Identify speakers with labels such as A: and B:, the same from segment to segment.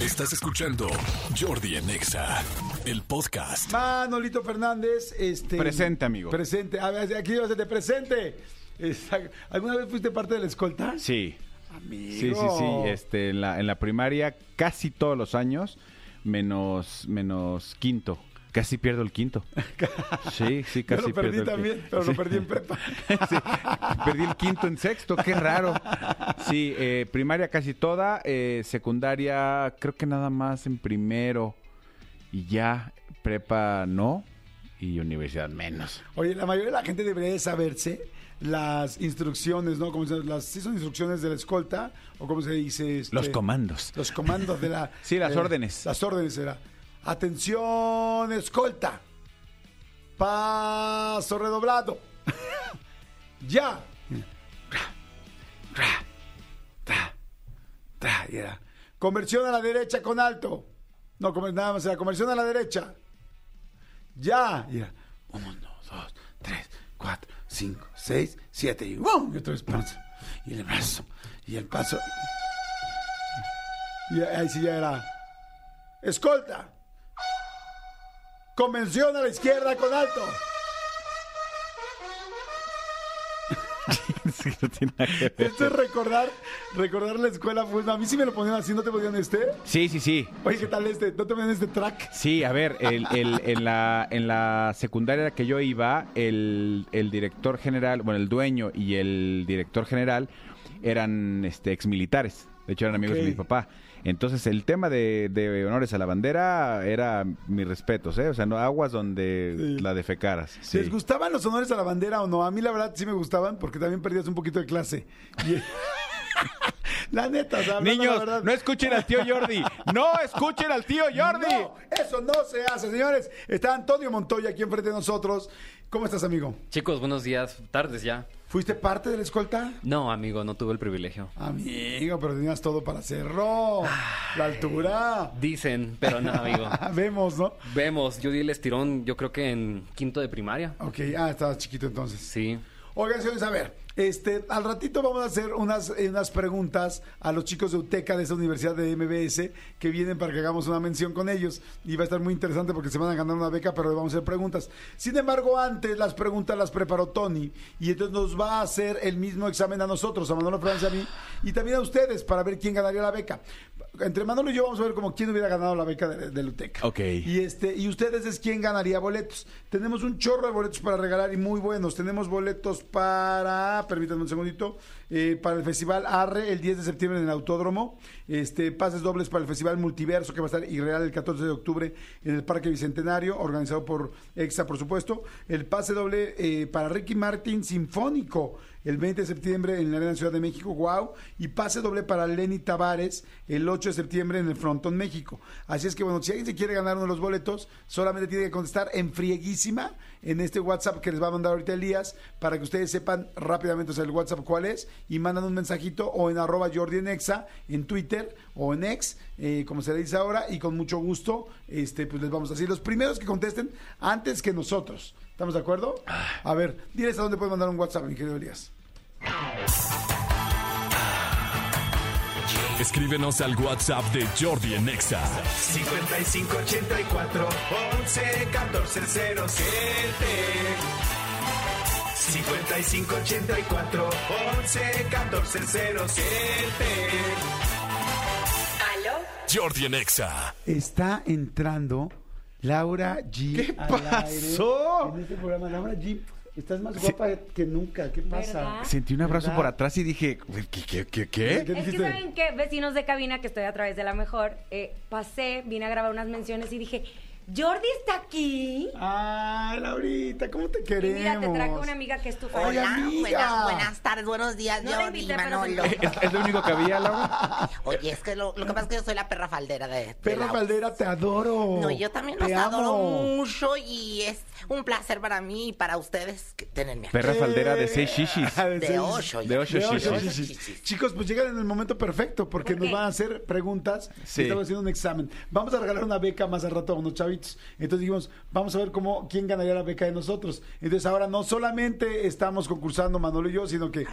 A: Estás escuchando Jordi en EXA, el podcast.
B: Manolito Fernández, este.
C: Presente, amigo.
B: Presente. A ver, aquí vas a te presente. Exacto. ¿Alguna vez fuiste parte de la escolta?
C: Sí.
B: Amigo.
C: Sí, sí, sí. Este, en, la, en la primaria casi todos los años, menos, menos quinto. Casi pierdo el quinto. Sí, sí,
B: Yo
C: casi
B: lo perdí
C: pierdo el
B: también,
C: quinto.
B: pero
C: Sí.
B: lo perdí en prepa.
C: Sí, Perdí el quinto en sexto, qué raro. Sí, eh, primaria casi toda, eh, secundaria creo que nada más en primero y ya, prepa no y universidad menos.
B: Oye, la mayoría de la gente debería de saberse las instrucciones, ¿no? Como se- las, sí son instrucciones de la escolta, o como se dice. este,
C: Los comandos.
B: Los comandos de la. eh,
C: Sí, las órdenes.
B: Las órdenes era. Atención, escolta. Paso redoblado. ya. Ra, ta, ta, y era, Conversión a la derecha con alto. No, comer- nada más era conversión a la derecha. Ya. Y era, uno, dos, tres, cuatro, cinco, seis, siete y ¡bum! Y otra vez paso. Y el brazo. Y el paso. Y ahí sí ya era. Escolta. Convención a la izquierda con alto.
C: Sí, no tiene nada que ver.
B: Esto es recordar, recordar la escuela. Pues, a mí sí me lo ponían así, ¿no te ponían este?
C: sí, sí, sí.
B: Oye, ¿qué tal este? ¿No te ponían este track?
C: Sí, a ver, el- el- en, la, en la secundaria que yo iba, el, el director general, bueno, el dueño y el director general eran este, exmilitares. De hecho, eran amigos
B: Ok.
C: de mi papá. Entonces, el tema de, de honores a la bandera era mis respetos, ¿eh? O sea, no aguas donde
B: Sí.
C: la defecaras. Sí.
B: ¿Les gustaban los honores a la bandera o no? A mí la verdad sí me gustaban porque también perdías un poquito de clase. Y- la neta, o sea, hablando la
C: Niños,
B: verdad.
C: no escuchen al tío Jordi. No escuchen al tío Jordi.
B: No, eso no se hace, señores. Está Antonio Montoya aquí enfrente de nosotros. ¿Cómo estás, amigo?
D: Chicos, buenos días, tardes ya.
B: ¿Fuiste parte de la escolta?
D: No, amigo, no tuve el privilegio.
B: Amigo, pero tenías todo para hacerlo. La altura.
D: Dicen, pero no, amigo.
B: Vemos, ¿no?
D: Vemos, yo di el estirón, yo creo que en quinto de primaria.
B: Ok, ah, estabas chiquito entonces.
D: Sí.
B: Oigan, señores, a ver, este, al ratito vamos a hacer unas, eh, unas preguntas a los chicos de UTECA de esa universidad de MBS que vienen para que hagamos una mención con ellos. Y va a estar muy interesante porque se van a ganar una beca, pero le vamos a hacer preguntas. Sin embargo, antes las preguntas las preparó Tony y entonces nos va a hacer el mismo examen a nosotros, a Manolo Francia, a mí y también a ustedes para ver quién ganaría la beca. Entre Manolo y yo vamos a ver como quién hubiera ganado la beca de, de la UTECA.
C: Ok.
B: Y este, y ustedes es quien ganaría boletos. Tenemos un chorro de boletos para regalar y muy buenos. Tenemos boletos para, permítanme un segundito, eh, para el Festival Arre el 10 de septiembre en el Autódromo. Este, pases dobles para el Festival Multiverso que va a estar irreal el 14 de octubre en el Parque Bicentenario, organizado por EXA, por supuesto. El pase doble eh, para Ricky Martin Sinfónico el 20 de septiembre en la Arena Ciudad de México, wow, y pase doble para Lenny Tavares el 8 de septiembre en el Frontón México. Así es que bueno, si alguien se quiere ganar uno de los boletos, solamente tiene que contestar en frieguísima en este WhatsApp que les va a mandar ahorita Elías para que ustedes sepan rápidamente, o sea, el WhatsApp cuál es, y mandan un mensajito o en arroba Jordi en Exa, en Twitter o en Ex, eh, como se le dice ahora, y con mucho gusto, este, pues les vamos a decir los primeros que contesten antes que nosotros. ¿Estamos de acuerdo?
C: Ah.
B: A ver, diles a dónde puedes mandar un WhatsApp, mi querido Elías.
A: Escríbenos al WhatsApp de Jordi en EXA.
E: 5584 11 14 07 5584 11 14 07
A: Jordi en EXA.
B: está entrando Laura G.
C: ¿Qué
B: al
C: pasó?
B: aire En este programa, Laura G. Estás más guapa que nunca.
C: ¿Eh?
B: ¿Qué pasa?
F: ¿Verdad?
C: Sentí un abrazo
B: ¿Verdad?
C: por atrás y dije, ¿qué? ¿Qué? ¿Qué? qué?
B: ¿Qué
F: Es que
B: dijiste?
F: saben que vecinos de cabina, que estoy a través de la mejor, eh, pasé, vine a grabar unas menciones y dije, Jordi está aquí.
B: Ay, Laurita, ¿cómo te
F: Y
B: queremos?
F: mira, te trajo una amiga que es tu fan.
B: Oye,
G: Hola,
B: amiga.
G: buenas, buenas tardes, buenos días,
F: No la
G: Jordi
F: invité, pero
G: Manolo.
F: me
C: ¿Es, es lo único que había, Laura?
G: Oye, es que lo, lo que pasa es que yo soy la perra faldera de. de
B: Perra
G: la-
B: Valdera, te adoro.
G: No, yo también los
B: te
G: adoro
B: amo.
G: mucho y es un placer para mí y para ustedes que- tenerme aquí.
C: Perra faldera de seis shishis.
B: Ah,
G: De
B: seis-
G: ocho.
C: De ocho
B: de ocho
C: shishis.
B: shishis.
G: shishis.
B: Chicos, pues llegan en el momento perfecto porque
F: ¿Por
B: nos
F: qué?
B: van a hacer preguntas.
C: Sí.
B: Estamos haciendo un examen. Vamos a regalar una beca más al rato a unos favoritos. Entonces dijimos, vamos a ver cómo quién ganaría la beca de nosotros. Entonces ahora no solamente estamos concursando Manolo y yo, sino que eh,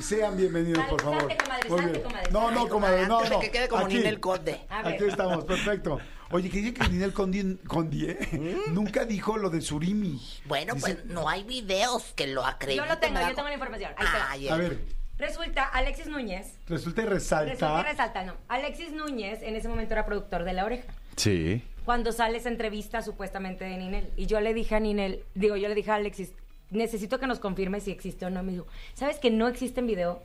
B: sean bienvenidos, por favor.
F: Salte, comadre,
B: Muy
F: salte,
B: bien.
F: comadre,
B: No,
F: salte.
B: no, comadre, no,
G: Adelante,
B: no.
G: que quede como
B: Aquí.
G: Ninel Conde.
F: A ver.
B: Aquí estamos, perfecto. Oye, que dicen que Ninel Condi, Condi, ¿eh? nunca dijo lo de Surimi.
G: Bueno,
B: Dice-
G: pues no hay videos que lo acrediten.
F: Yo lo tengo,
G: ¿verdad?
F: yo tengo la información. Ahí está.
G: Ay,
B: A
G: eh.
B: ver,
F: Resulta, Alexis Núñez.
B: resulta y resalta.
F: Resulta y resalta, no. Alexis Núñez en ese momento era productor de La Oreja.
C: Sí.
F: Cuando sale esa entrevista supuestamente de Ninel. Y yo le dije a Ninel, digo, yo le dije a Alexis, necesito que nos confirme si existe o no. Me dijo, ¿sabes que no existe en video?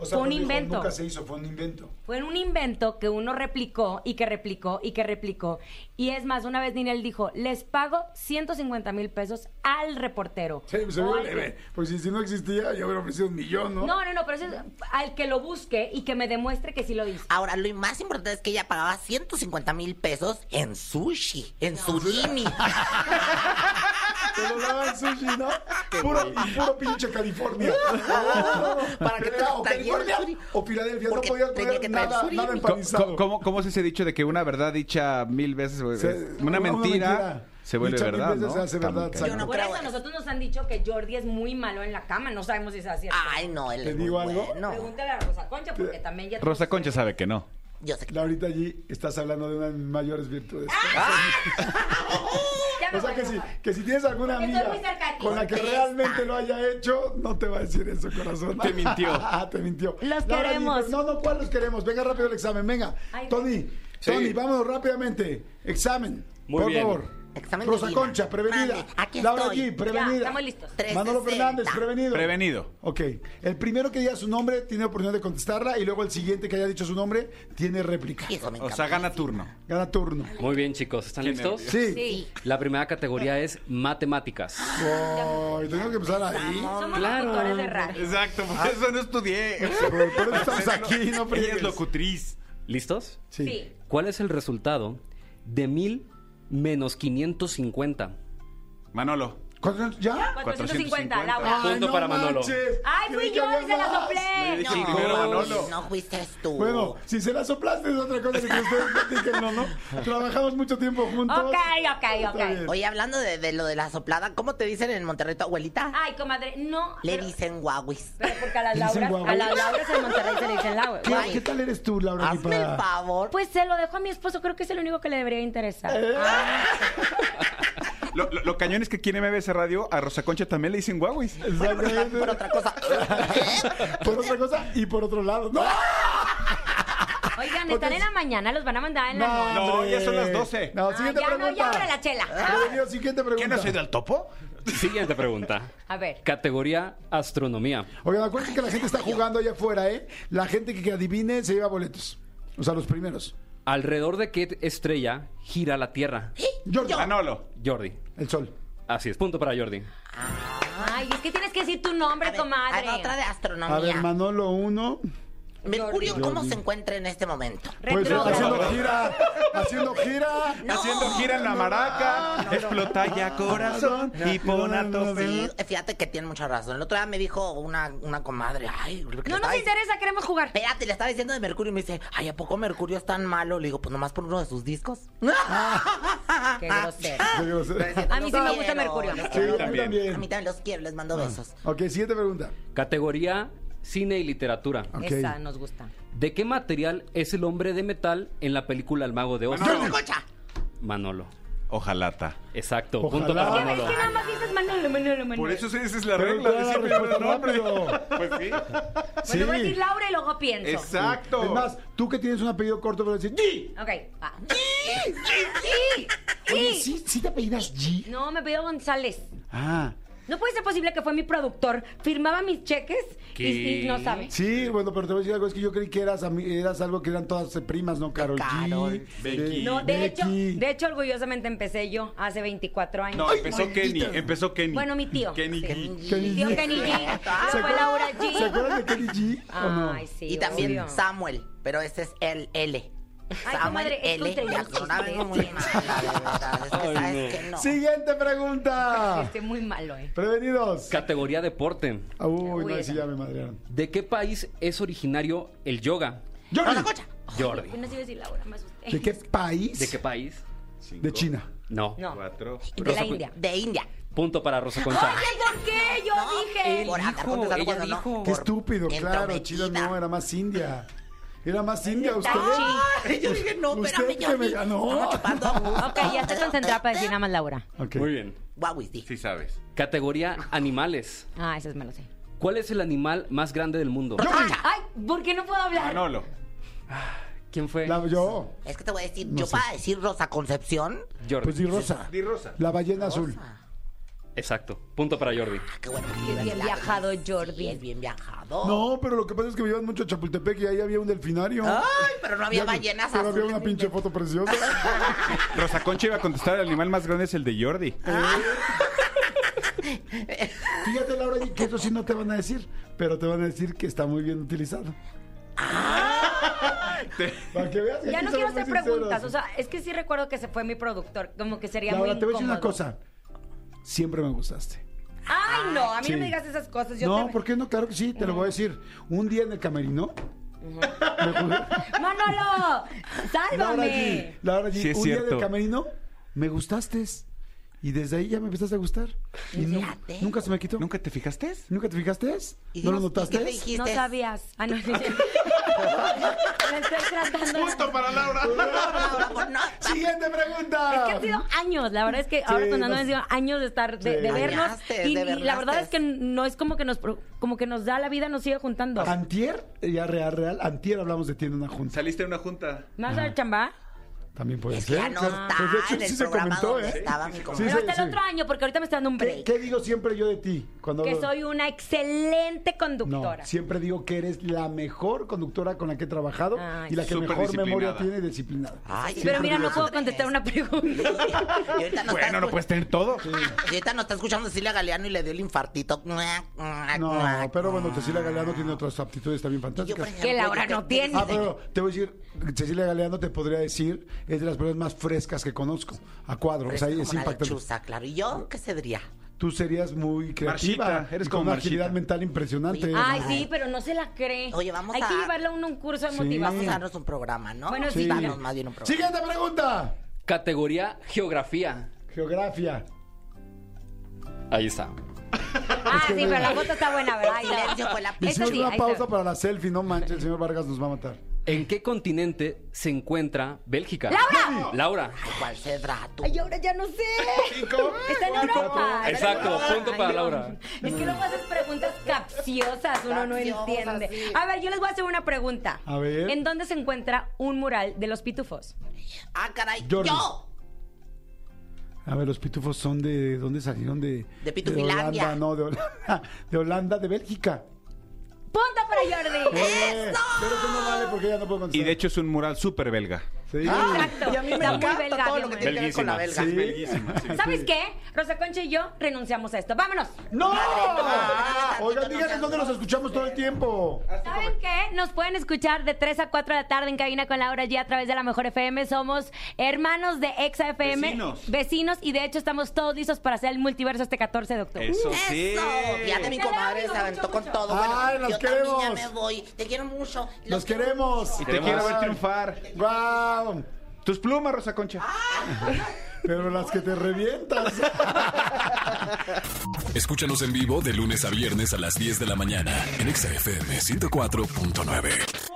B: O
F: Fue un
B: no dijo,
F: invento.
B: Nunca se hizo, fue un invento.
F: Fue un invento que uno replicó y que replicó y que replicó. Y es más, una vez Ninel dijo, les pago 150 mil pesos al reportero.
B: Sí, pues,
F: O
B: seguro,
F: al que-
B: eh, pues si, si no existía, yo hubiera ofrecido un millón, ¿no?
F: No, no, no, pero eso es al que lo busque y que me demuestre que sí lo dice.
G: Ahora, lo más importante es que ella pagaba 150 mil pesos en sushi, en surimi.
B: Te lo daban sushi, ¿no? Puro, y puro pinche California.
G: Para que
B: Era
G: te
B: o
G: trajera
B: California
G: el suri.
B: o Filadelfia. No
G: Porque
B: podías
G: tenía que
B: poner
G: traer
B: nada,
G: surimi.
B: nada
G: Co-
B: empanizado.
C: ¿Cómo, cómo, cómo se dice dicho de que una verdad dicha mil veces,
B: O sea,
C: una, mentira, se vuelve
B: dicha mil
C: verdad,
B: veces
C: ¿no?
B: se hace
C: Está muy
B: verdad,
C: cañón.
G: Yo no
F: Por
G: creo
F: eso
G: eso.
F: nosotros nos han dicho que Jordi es muy malo en la cama. No sabemos si es así.
G: Ay, no, él
B: ¿Te
G: es muy
B: digo algo?
G: bueno.
F: Pregúntale a Rosa Concha porque también ya...
C: Rosa Concha sabe que no.
G: Yo sé que...
B: Laurita, allí estás hablando de una de mis mayores virtudes.
F: Ya me
B: O sea
F: voy,
B: que
F: ya
B: si,
F: me voy.
B: que si tienes alguna
F: Porque
B: amiga
F: estoy muy cerca de ti.
B: con la que
G: Contesta.
B: realmente lo haya hecho, no te va a decir eso, corazón. Ah,
C: Te mintió.
B: te mintió.
F: Los
B: Laura,
F: queremos.
B: di- No, no, ¿cuál los queremos? Venga rápido el examen, venga.
F: Ay,
B: Tony,
D: Sí.
B: Tony, vámonos rápidamente. Examen,
D: Muy
B: por
D: bien.
B: favor.
G: Examen de
B: Rosa
G: vida.
B: Concha, prevenida.
G: Mande, aquí
B: Laura
G: estoy.
B: G, prevenida.
F: Ya, estamos listos.
B: Manolo
G: 360.
B: Fernández, prevenido.
C: Prevenido.
B: Ok. El primero que diga su nombre tiene oportunidad de contestarla y luego el siguiente que haya dicho su nombre tiene réplica.
G: Y Eso me
C: O
G: encanta.
C: sea, gana turno.
B: Gana turno.
D: Muy bien, chicos. ¿Están listos?
B: Sí.
F: Sí.
D: La primera categoría es matemáticas.
B: Ay, tengo que empezar ahí.
F: Somos
D: Claro.
F: locutores de radio.
C: Exacto, por eso no estudié.
B: Por, por eso estamos aquí, no friegues.
C: locutriz.
D: ¿Listos?
B: Sí.
F: Sí.
D: ¿Cuál es el resultado de 1000 menos 550?
C: Manolo.
B: ¿Cuánto- ¿Ya? Ah,
F: 450,
C: 450,
F: Laura.
D: Punto
B: no
D: para Manolo.
B: manches.
F: Ay, fui
B: Creí que
F: yo,
B: había
F: y se la
B: más.
F: soplé.
C: dije
G: No,
C: primero
G: no,
C: Manolo.
G: fuiste tú.
B: Bueno, si se la soplaste es otra cosa que ustedes platiquen, ¿no? ¿no? Trabajamos mucho tiempo juntos.
F: Ok, ok,
B: Está
F: ok.
B: bien.
G: Oye, hablando de, de lo de la soplada, ¿cómo te dicen en Monterrey tu abuelita?
F: Ay, comadre, no.
G: Le
F: Ah, pero-
G: dicen guauis.
F: Pero porque a las
B: Le dicen
F: Lauras,
B: guau.
F: a las Lauras en Monterrey se le dicen Laura.
B: ¿Qué,
G: guay.
B: qué tal eres tú, Laura?
G: Hazme el
B: Guipara?
G: favor.
F: Pues se lo dejo a mi esposo, creo que es el único que le debería interesar.
B: Eh,
C: Lo, lo- lo cañón es que aquí en MBS Radio a Rosa Concha también le dicen guauis.
B: Exactamente.
G: por otra cosa.
B: Por otra cosa y por otro lado. ¡No!
F: Oigan,
B: Porque
F: están en
B: es-
F: la mañana, los van a mandar en la noche.
C: No,
B: hombre.
C: ya son las 12.
B: No,
F: Ah,
B: siguiente
F: ya no,
B: pregunta.
F: ya para la chela. Ah,
B: Prevenido, siguiente pregunta.
C: del topo?
D: Siguiente pregunta.
F: A ver.
D: Categoría astronomía.
B: Oigan, acuérdense que la gente está jugando allá afuera, ¿eh? La gente que, que adivine se lleva boletos. O sea, los primeros.
D: ¿Alrededor de qué estrella gira la Tierra?
B: Jordi,
C: Ah. Manolo.
D: Jordi.
B: el sol.
D: Así es, punto para Jordi.
F: Ay, es que tienes que decir tu nombre,
G: A ver,
F: comadre.
G: haga otra de
B: A ver,
G: astronomía.
B: Manolo 1.
G: Mercurio, ¿cómo se encuentra en este momento?
B: Pues
F: Retrógrado.
B: haciendo gira, haciendo gira.
C: Haciendo gira en la maraca. Explota ya corazón y pon a
G: Sí, eh,
C: tope.
G: fíjate que tiene mucha razón. El otro día me dijo una, una comadre, ay, le
F: No
G: estaba
F: nos
G: dic-
F: interesa, queremos jugar.
G: Espérate, le estaba diciendo de Mercurio y me dice, ay, ¿a poco Mercurio es tan malo? Le digo, pues nomás por uno de sus discos. Ah,
F: Qué grosero.
B: Qué grosero.
F: A mí sí me gusta Mercurio.
G: les
B: Sí,
G: quiero.
B: a mí también. Ah.
G: A mí también los quiero, les mando besos.
B: Ok, siguiente pregunta.
D: Categoría cine y literatura.
B: Ok.
F: Esa nos gusta.
D: ¿De qué material es el hombre de metal en la película El Mago de Oz?
G: ¡Rosa Concha!
D: Manolo.
C: Ojalata.
D: Exacto,
B: Ojalá.
D: punto para
B: Es que
F: Es
D: Manolo.
F: que nada más dices Manolo, Manolo, Manolo.
C: Por eso sí, esa es la
B: Pero
C: regla
B: da
C: de
B: la
C: siempre
B: respuesta
C: el nombre.
B: rápido.
C: Pues sí.
F: Bueno, voy a decir Laura y luego pienso.
C: Exacto.
B: Es más, tú que tienes un apellido corto, pero decir G.
F: Ok, va. ¡Sí!
B: Oye,
F: ¡Sí!
B: ¿sí, sí te apellidas G?
F: No, me pidió González.
B: Ah.
F: No puede ser posible que fue mi productor. Firmaba mis cheques y,
D: ¿Qué?
F: y no sabe.
B: Sí, bueno, pero te voy a decir algo. Es que yo creí que eras, ami- eras algo que eran todas primas, ¿no? Carol
G: Carol,
B: G.
C: Becky.
F: No, de hecho,
B: Becky.
F: de hecho, orgullosamente empecé yo hace 24 años.
C: No, empezó Kenny, empezó Kenny.
F: Bueno, mi tío.
C: Kenny.
F: Sí.
C: G.
F: Mi tío Kenny G.
G: ¿Se
F: Luego Laura
B: ¿Se
F: G.
B: acuerdan de Kelly G? ¿O no?
F: Ay, sí.
G: Y también
F: obvio.
G: Samuel, pero ese es el L.
F: Ay,
G: Samuel
F: comadre, es
G: L.
F: contra los
G: Jackson, algo muy
F: chistes.
G: mal, la verdad. Es que sabes que no.
B: Siguiente pregunta.
F: Este, muy malo, ¿eh?
B: Prevenidos.
D: Categoría deporte.
B: Ah, Uy,
F: Uy,
B: no, sí,
F: esa.
B: ya me madrearon.
D: ¿De qué país es originario el yoga?
B: Jordi,
G: Rosa Concha.
D: Jordi.
F: Yo no sé decir Laura, me asusté.
B: ¿de qué país?
D: ¿De qué país?
B: de China.
D: No.
F: No.
C: Cuatro.
F: De la
D: Rosa-
F: India.
G: De India.
D: Punto para Rosa
B: pues,
D: Concha.
F: Oye, ¿por qué? Yo
G: No,
F: dije.
G: por andar
D: dijo,
G: contestando
D: ella
G: cuando no.
D: dijo.
B: Qué
G: Por
B: estúpido, claro. China
G: entrometida.
B: no, era más India. Era más India usted.
G: Ay, Ah, yo dije, no,
B: Usted
G: espérame,
B: que
G: yo
B: me ganó.
F: Ok, ya estoy concentrada para decir nada más Laura.
B: Ok.
D: Muy bien.
G: Guau, y sí.
C: Sí sabes.
D: Categoría animales.
F: Ah, eso me lo sé.
D: ¿Cuál es el animal más grande del mundo?
G: Ah.
F: Ay, ¿por qué no puedo hablar?
C: Manolo.
D: ¿Quién fue?
B: La- yo,
G: Es que te voy a decir, yo para decir Rosa Concepción,
D: Jordi.
B: pues di rosa.
C: Di Rosa.
B: La ballena azul.
D: Exacto. Punto para Jordi.
G: ah, qué bueno. que
F: Es
G: vive
F: bien
G: en la-
F: viajado,
G: Sí,
F: Jordi.
G: es bien viajado.
B: No, pero lo que pasa es que me llevan mucho a Chapultepec y ahí había un delfinario.
G: Ay, pero no había
B: Ya-
G: ballenas
B: Pero había
G: azules
B: una
G: ni
B: pinche
G: pe-
B: foto preciosa.
C: Rosa Concha iba a contestar, el animal más grande es el de Jordi.
B: Fíjate, Laura, y que eso sí no te van a decir, pero te van a decir que está muy bien utilizado.
C: ¡Ah!
B: Para que veas que
F: Ya
B: aquí
F: no quiero
B: somos
F: hacer
B: muy sinceros.
F: preguntas. O sea, es que sí recuerdo que se fue mi productor. Como que sería muy.
B: Laura, te voy a decir una
F: incómodo.
B: cosa. Siempre me gustaste.
F: Ay, no, a mí
B: Sí.
F: no me digas esas cosas. Yo
B: no,
F: te...
B: ¿por qué no? Claro que sí, te lo voy a decir. Un día en el camerino. me ju- Laura
F: Manolo,
B: G,
F: sálvame.
B: Laura G,
C: Sí, es
B: un día en
C: cierto.
B: el camerino me gustaste. Y desde ahí ya me empezaste a gustar. Y nu-
G: Fíjate.
B: nunca se me quitó.
C: ¿Nunca te fijaste?
B: ¿Nunca te fijaste?
G: ¿Y
B: ¿No lo
G: qué
B: notaste?
G: te dijiste?
F: No sabías. Ah, no. sí. Me estoy tratando.
C: para Laura.
G: No, no, no.
B: Siguiente
F: Es
B: pregunta.
F: que han sido años, la verdad es que ahora
B: Sí,
F: con Nando
B: nos-
F: han sido años de estar, de,
B: Sí.
F: de vernos.
G: Vernaste,
F: y,
G: de
F: y la
G: vernaste.
F: verdad es que no es como que nos pro- como que nos da la vida, nos sigue juntando.
B: Antier, ya real, real, antier hablamos de ti en una junta.
C: Saliste en una junta.
F: ¿Me vas a dar chamba?
B: También puede
G: Es que
B: ser.
G: ya no
B: claro.
G: está
B: Pues de
G: en el programa donde estaba mi
F: Pero
B: ¿eh? sí,
F: hasta
B: sí.
F: el otro año, porque ahorita me está dando un
B: ¿Qué,
F: break.
B: qué digo siempre yo de ti? Cuando
F: Que
B: hablo-
F: soy una excelente
B: No,
F: conductora.
B: siempre digo que eres la mejor conductora con la que he trabajado
F: Ay,
B: y la que
C: Súper
B: mejor memoria
C: disciplinada.
B: tiene y disciplinada.
G: Ay,
F: Pero mira, no
B: Siempre
F: puedo contestar una pregunta.
G: Y ahorita no
C: Bueno, no puedes
B: pues.
C: tener todo.
G: Y ahorita no está escuchando Cecilia Galeano y le dio el infartito.
B: No, pero bueno, Cecilia Galeano tiene otras aptitudes también
G: Yo, por
B: fantásticas.
G: ejemplo,
F: Que Laura
G: yo te-
F: no tiene.
B: Ah, pero te voy a decir, Cecilia Galeano te podría decir, es de las personas más frescas que conozco, a cuadro, o sea,
G: Como
B: es
G: la
B: impactante.
G: lechuza, claro. ¿Y yo qué sería?
B: Tú serías muy creativa,
C: Marchita, eres
B: y con
C: como
B: una
C: Marchita.
B: agilidad mental impresionante.
F: Ay, sí, pero no se la cree.
G: Oye, vamos
F: Hay
G: a-
F: que llevarla a uno a un curso de
B: Sí.
G: Vamos a
F: motivación. Ah,
G: darnos un programa, ¿no?
F: Bueno, sí,
G: Darnos
F: mira.
G: más bien un programa.
B: Siguiente pregunta.
D: Categoría geografía.
B: Geografía.
D: Ahí está.
F: Ah, sí, pero la foto está buena, ¿verdad? Ay, la-
G: Silencio fue la
F: Esa
B: Hicimos
F: sí,
B: una
F: ahí está.
B: pausa para la selfie, no manches, el señor Vargas nos va a matar.
D: ¿En qué continente se encuentra Bélgica?
F: ¡Laura!
D: Laura.
G: Ay, ¿cuál será tú?
F: Ay, ahora ya no sé. Está en Europa. está en
D: Exacto,
F: Europa.
D: punto para
F: Ay, no.
D: Laura.
F: Es que luego haces preguntas capciosas, uno no
G: Capciosas,
F: entiende.
G: sí.
F: A ver, yo les voy a hacer una pregunta.
B: A ver.
F: ¿En dónde se encuentra un mural de los pitufos?
G: Ah, caray.
B: Jordi.
G: Yo.
B: A ver, los pitufos son de dónde salieron de
G: De Pitufilandia.
B: Holanda, no, de Holanda, de Holanda, de Bélgica.
F: Punto para Jordi.
B: Eh, Pero eso no vale porque ya no puedo contestar.
C: Y de hecho es un mural súper belga.
B: Sí.
F: Exacto.
G: Y a mí me
F: Está muy
G: encanta
F: belga,
G: todo
F: mi
G: lo que
F: amor.
G: tiene que ver con la belga.
B: Sí.
F: ¿Sabes qué? Rosa Concha y yo renunciamos a esto. vámonos.
B: ¡No!
G: madre,
B: Ah, Oigan,
G: tantito,
B: díganles
G: no
B: dónde los escuchamos todo el tiempo.
F: ¿Saben qué? Nos pueden escuchar de 3 a 4 de la tarde en cabina con Laura G a través de la Mejor FM. Somos hermanos de Exa FM.
C: Vecinos.
F: Vecinos, y de hecho estamos todos listos para hacer el multiverso este 14 de octubre.
C: Eso sí.
G: Eso. Fíjate, mi comadre
F: Te amo,
G: se aventó
F: mucho,
G: con
F: mucho.
G: todo.
B: Ay, los
G: yo también
B: queremos.
G: ya me voy. Te quiero mucho. Los
B: ¡Los
G: quiero
B: queremos!
C: Y te quiero ver triunfar.
B: ¡Wow!
C: Tus plumas, Rosa Concha.
B: Pero las que te revientas.
A: Escúchanos en vivo de lunes a viernes a las 10 de la mañana en Exa FM 104.9.